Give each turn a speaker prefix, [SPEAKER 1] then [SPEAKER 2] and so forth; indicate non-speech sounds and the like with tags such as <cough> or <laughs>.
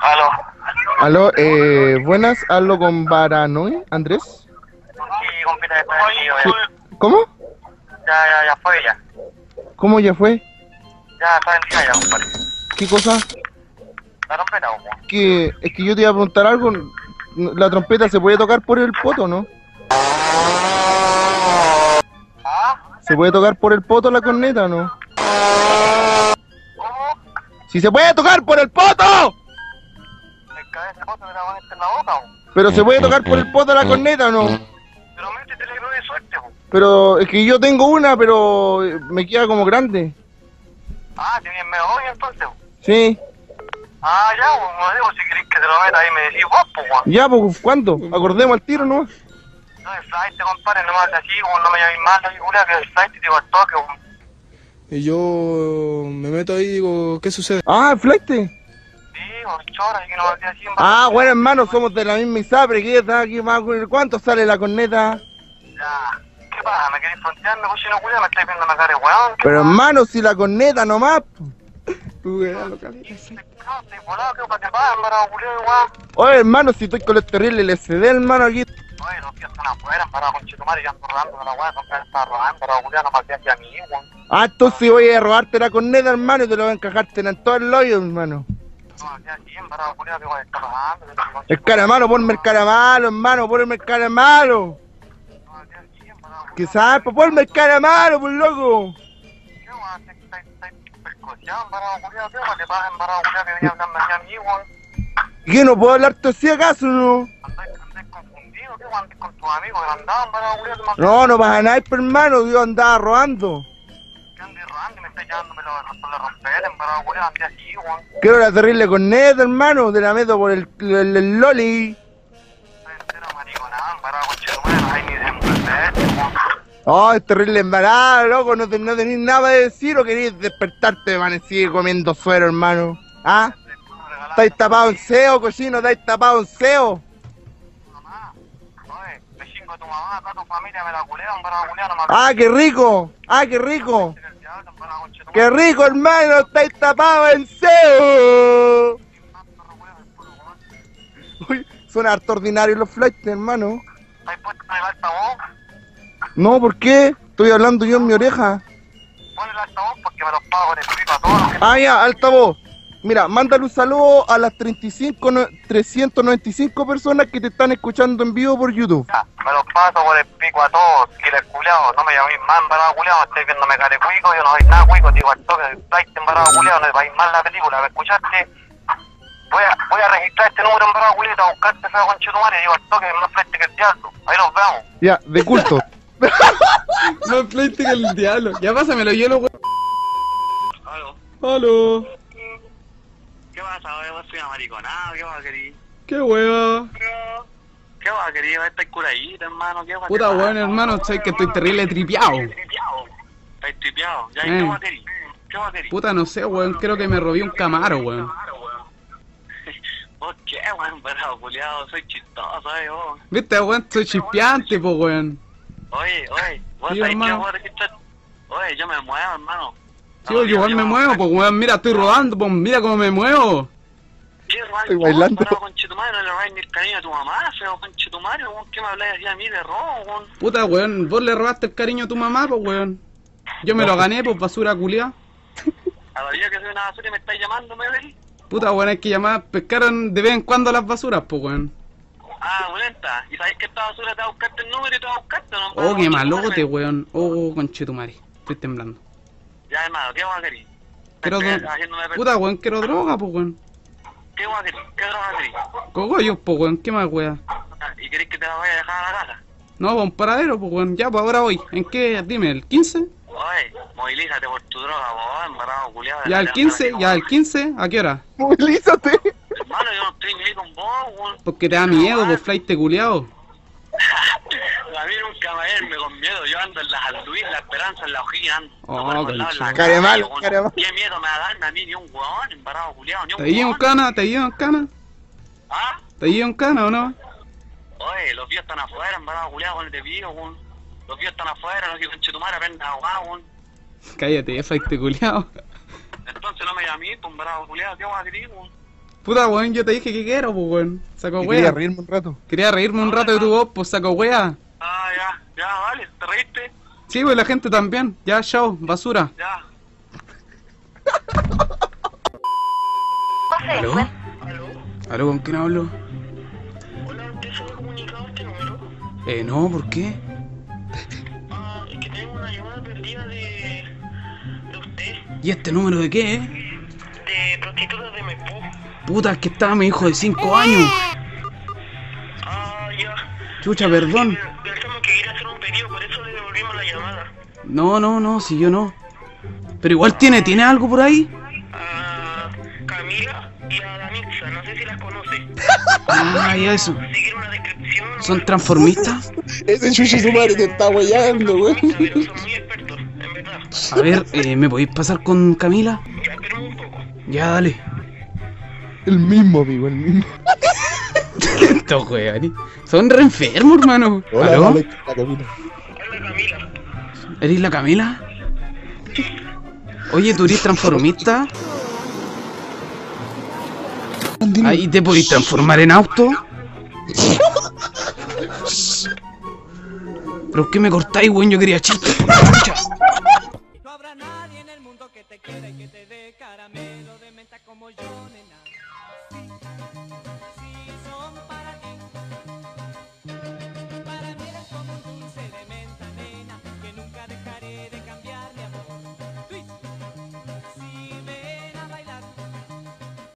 [SPEAKER 1] Aló.
[SPEAKER 2] Aló, eh, buenas, hablo con Baranoy, Andrés.
[SPEAKER 1] Sí, compita, ya está decidido, ya.
[SPEAKER 2] ¿Cómo?
[SPEAKER 1] Ya, ya, ya fue ya.
[SPEAKER 2] ¿Cómo ya fue?
[SPEAKER 1] Ya está vendida ya, compadre.
[SPEAKER 2] ¿Qué cosa?
[SPEAKER 1] La trompeta, compadre.
[SPEAKER 2] Que, es que yo te iba a preguntar algo. ¿La trompeta se puede tocar por el poto, no?
[SPEAKER 1] ¿Ah?
[SPEAKER 2] ¿Se puede tocar por el poto la corneta, no?
[SPEAKER 1] ¿Cómo?
[SPEAKER 2] ¡Si se puede tocar por el poto!
[SPEAKER 1] El cabeza poto me la van a meter en la boca, bo.
[SPEAKER 2] Pero se puede tocar por el poto la corneta, no?
[SPEAKER 1] Pero métetela y pruebe suerte, bo.
[SPEAKER 2] Pero es que yo tengo una, pero eh, me queda como grande.
[SPEAKER 1] Ah, tienes medio odio entonces, bo.
[SPEAKER 2] Sí.
[SPEAKER 1] Ah, ya, bo, no digo, si querés que te lo meta ahí me decís vos, pues, bo.
[SPEAKER 2] Ya, pues, ¿cuánto? Acordemos al tiro, ¿no?
[SPEAKER 1] No, el flight, compadre, no me hagas así, bo, no me llames mal, la figura que el flight te digo al toque, bo.
[SPEAKER 3] Y yo eh, me meto ahí y digo, ¿qué sucede?
[SPEAKER 2] Ah, el flight.
[SPEAKER 1] Sí, bo, chora, así que no me hagas así, en
[SPEAKER 2] Ah, bueno, hermano, somos de la misma ISAPRE. ¿Qué está aquí? más? ¿Cuánto sale la corneta?
[SPEAKER 1] Ya. ¿Qué pasa? ¿Me querés frontearme, cochino culiao? ¿Me estáis viendo la cara de weón? ¿Qué
[SPEAKER 2] Pero, hermano, si la corneta nomás. po.
[SPEAKER 3] Tú, weá, localita, sí.
[SPEAKER 1] pasa? ¿Estás volado? ¿Qué pasa? ¿Qué pasa, embarado culiao, weón?
[SPEAKER 2] Oye, hermano, si estoy con los terribles LCD, hermano, aquí.
[SPEAKER 1] Oye, los tíos están afuera, embarado con Chetumare, ya están rodando de la weá, comprar está rodando, embarado culiao, no paseas ya ni weón.
[SPEAKER 2] Ah, entonces voy a robarte la corneta, hermano, y te lo voy a encajarte en todo el hoyo, hermano.
[SPEAKER 1] No paseas así, embarado culiao, que weón, está rodando, que weón,
[SPEAKER 2] El cara malo, ponme el cara malo, hermano, ponme el cara malo.
[SPEAKER 1] no paseas así, embarado culiao.
[SPEAKER 2] Que sabes, pues ponme el cara malo, pues loco.
[SPEAKER 1] ¿Qué weón? ¿Estáis- estáis- estáis percoceados, embarado culiao? ¿Qué weón te pasa, embarado culiao, que venía a hablarme así a mí, weón?
[SPEAKER 2] ¿Qué no puedo hablarte así acaso, no?
[SPEAKER 1] Andáis- andáis confundidos, ¿qué weón? Andáis con tus amigos, que andaban, embarado culiao, que me
[SPEAKER 2] No, no pasa nada, pues, hermano, yo andaba robando.
[SPEAKER 1] andan de rando y me estáis llevándome la razón de romper, embarado culiao, andé así, weón.
[SPEAKER 2] Quiero la terrible corneta, hermano, te la meto por el, el- el loli.
[SPEAKER 1] Entero mariconada, parado con chetumare, no hay ni de muerte, weón.
[SPEAKER 2] Oh, es terrible embarada, loco, no, te- no tenés nada de decir o querés despertarte, van a seguir comiendo suero, hermano. ¿Ah? ¿Estáis tapado en SEO, cochino? ¿Estáis tapado en SEO?
[SPEAKER 1] Mamá, oye, me chingo a tu mamá, acá tu familia me la culean, parado culean, no me
[SPEAKER 2] ¡Ah, qué rico! ¡Ah, qué rico!
[SPEAKER 1] apretes el diablo, parado con chetumare.
[SPEAKER 2] ¡Qué rico, hermano! ¡Estáis tapado en SEO! Uy, son harto ordinarios los flights, hermano.
[SPEAKER 1] ¿Estáis puesto en el altavoz?
[SPEAKER 2] No, ¿por qué? Estoy hablando yo en mi oreja.
[SPEAKER 1] Pon el altavoz porque me los pago en el pico a todos.
[SPEAKER 2] Ah, ya, altavoz. Mira, mándale un saludo a las 35, no- 395 personas que te están escuchando en vivo por YouTube.
[SPEAKER 1] Ya, Me los paso por el pico a todos, que les culeado, no me llaméis más embarado culeado, estáis viéndome care cuico, yo no soy nada cuico, digo al toque, estáis embarado culeado, no vais más la película, ¿me escuchaste? Voy a, voy a registrar este número embarado culeado, a buscarte esa conchetumaria, digo al toque, es más frente que el diablo, ahí nos vemos.
[SPEAKER 2] Ya, de culto.
[SPEAKER 3] Más pleite que el diablo. Ya pásamelo hielo, weón. <laughs> Aló.
[SPEAKER 1] ¿Qué pasa? Vos soy una mariconada, ¿qué vas a querer?
[SPEAKER 3] Qué hueva.
[SPEAKER 1] ¿Qué vas a querer? Esta curadita, hermano, ¿qué vas a
[SPEAKER 3] Puta weón, hermano, sé que estoy terrible tripiado.
[SPEAKER 1] Estáis tripeado, ya,
[SPEAKER 3] ¿y qué Eh. vas a
[SPEAKER 1] querer? ¿Qué vas a querer?
[SPEAKER 3] Puta, no sé, weón, creo que me robé un camaro, weón.
[SPEAKER 1] <laughs> ¿Vos qué, weón, embarado culeado? Soy chistoso, eh, vos.
[SPEAKER 3] Viste, weón, soy chispeante, po, weón.
[SPEAKER 1] Oye, oye, vos
[SPEAKER 3] Sí,
[SPEAKER 1] sabés que
[SPEAKER 3] hermano.
[SPEAKER 1] voy a registrar. Oye, yo me muevo, hermano.
[SPEAKER 3] Sí, yo igual me muevo, po, weón. Mira, estoy rodando, po, mira cómo me muevo.
[SPEAKER 2] Estoy bailando.
[SPEAKER 1] Con no le robáis ni el cariño a tu mamá, feo, con Chetumario, weón. ¿Qué me habláis así a mí de robo, weón?
[SPEAKER 3] Puta, weón, vos le robaste el cariño a tu mamá, po, weón. Yo me lo gané, po, basura culia.
[SPEAKER 1] A la vida que soy una basura y me estáis llamando, me veis.
[SPEAKER 3] Puta, weón, hay que llamar, pescaron de vez en cuando las basuras, po, weón.
[SPEAKER 1] Ah, violenta. ¿Y sabéis que esta basura te va a buscarte el número y te va a buscarte, no?
[SPEAKER 3] Oh, qué
[SPEAKER 1] Conchetumare.
[SPEAKER 3] malote, weón. Oh, conchetumare. Estoy temblando.
[SPEAKER 1] Ya, hermano, ¿qué vas a querer?
[SPEAKER 3] Quiero
[SPEAKER 1] Estás
[SPEAKER 3] dro-
[SPEAKER 1] haciéndome
[SPEAKER 3] Puta, weón, quiero droga, po, weón.
[SPEAKER 1] ¿Qué vas a querer? ¿Qué droga querés?
[SPEAKER 3] Cogollos, po, weón, qué más, weón.
[SPEAKER 1] Ah, ¿Y querés que te la vaya a dejar a la casa?
[SPEAKER 3] No, pa' un paradero, pues, weón. Ya, pues ahora voy. ¿En qué? Dime, ¿el 15?
[SPEAKER 1] Oye, movilízate por tu droga, vos, embarrado, culiado.
[SPEAKER 3] Ya, el 15, ya, el 15. ¿A qué hora?
[SPEAKER 2] <laughs> Movilízate.
[SPEAKER 1] Hermano, yo no estoy ni ahí con vos, weón.
[SPEAKER 3] Porque te da miedo, pues, flight culiao.
[SPEAKER 1] A mí nunca me verme con miedo. Yo ando en las Alduin, la esperanza, en la hojilla. Ando
[SPEAKER 3] Oh,
[SPEAKER 1] por todos lados, en la
[SPEAKER 3] concha.
[SPEAKER 2] Care
[SPEAKER 1] calle,
[SPEAKER 2] malo,
[SPEAKER 1] weón.
[SPEAKER 2] care malo.
[SPEAKER 1] ¿Qué miedo me va a darme a mí? Ni un huevón, embarrado, culiado, ni un
[SPEAKER 3] ¿Te llevan
[SPEAKER 1] huevón.
[SPEAKER 3] cana? ¿Te llevan cana?
[SPEAKER 1] ¿Ah?
[SPEAKER 3] ¿Te llevan cana o no?
[SPEAKER 1] Oye, los tíos están afuera, embarrado, culiado, con el de pío, weón. Los tíos están afuera, no quiero enchetumar, aprenda a jugar, weón.
[SPEAKER 3] Cállate, ya, flight culiao.
[SPEAKER 1] Entonces no me llamé, pues, embarrado, culiado, ¿qué vas a querer, weón?
[SPEAKER 3] Puta, weón, yo te dije que quiero, pues, weón. Saco
[SPEAKER 2] Y Quería
[SPEAKER 3] wea.
[SPEAKER 2] reírme un rato.
[SPEAKER 3] Quería reírme un rato de tu voz, pues, saco wea.
[SPEAKER 1] Ah, ya, ya, vale, te reíste,
[SPEAKER 3] Sí, pues, la gente también. Ya, chao, basura.
[SPEAKER 1] ya.
[SPEAKER 3] ¿Aló? ¿Aló? ¿Con quién hablo?
[SPEAKER 1] Hola, ¿usted se ha comunicado este número?
[SPEAKER 3] Eh, no, ¿por qué?
[SPEAKER 1] Ah, es que tengo una llamada perdida de... de usted,
[SPEAKER 3] ¿Y este número de qué, eh?
[SPEAKER 1] de prostitutas de Maipú.
[SPEAKER 3] Puta, es que estaba mi hijo de 5 años.
[SPEAKER 1] Ah, ya.
[SPEAKER 3] Chucha, perdón.
[SPEAKER 1] Pensamos que ir a hacer un pedido, por eso le devolvimos la llamada.
[SPEAKER 3] No, no, no, si yo no. Pero igual tiene, ¿tiene algo por ahí?
[SPEAKER 1] A Camila y a Danitza, no sé si las conoce.
[SPEAKER 3] Ah, ya eso.
[SPEAKER 1] Si quiere una
[SPEAKER 3] <laughs>
[SPEAKER 1] descripción...
[SPEAKER 3] ¿Son transformistas?
[SPEAKER 4] Ese chucho su madre te está weyando, weón.
[SPEAKER 1] Pero son muy expertos, en verdad.
[SPEAKER 3] A ver, eh, ¿me podéis pasar con Camila?
[SPEAKER 1] Ya, espérame un poco.
[SPEAKER 3] Ya, dale.
[SPEAKER 2] El mismo, amigo, el mismo.
[SPEAKER 3] <laughs> Estos weones son re enfermos, hermano.
[SPEAKER 4] Hola,
[SPEAKER 3] ¿Aló?
[SPEAKER 4] dale, la camina.
[SPEAKER 1] Hola, Camila.
[SPEAKER 3] ¿Eres la Camila? Oye, ¿tú eres transformista? Ahí te podéis transformar en
[SPEAKER 2] <laughs>
[SPEAKER 3] auto. ¿Pero qué me cortáis, weón? Yo quería
[SPEAKER 2] <laughs>
[SPEAKER 3] chistes. por la chucha.
[SPEAKER 5] No habrá nadie en el mundo que te quiera y que te dé caramelo de menta como yo, nena.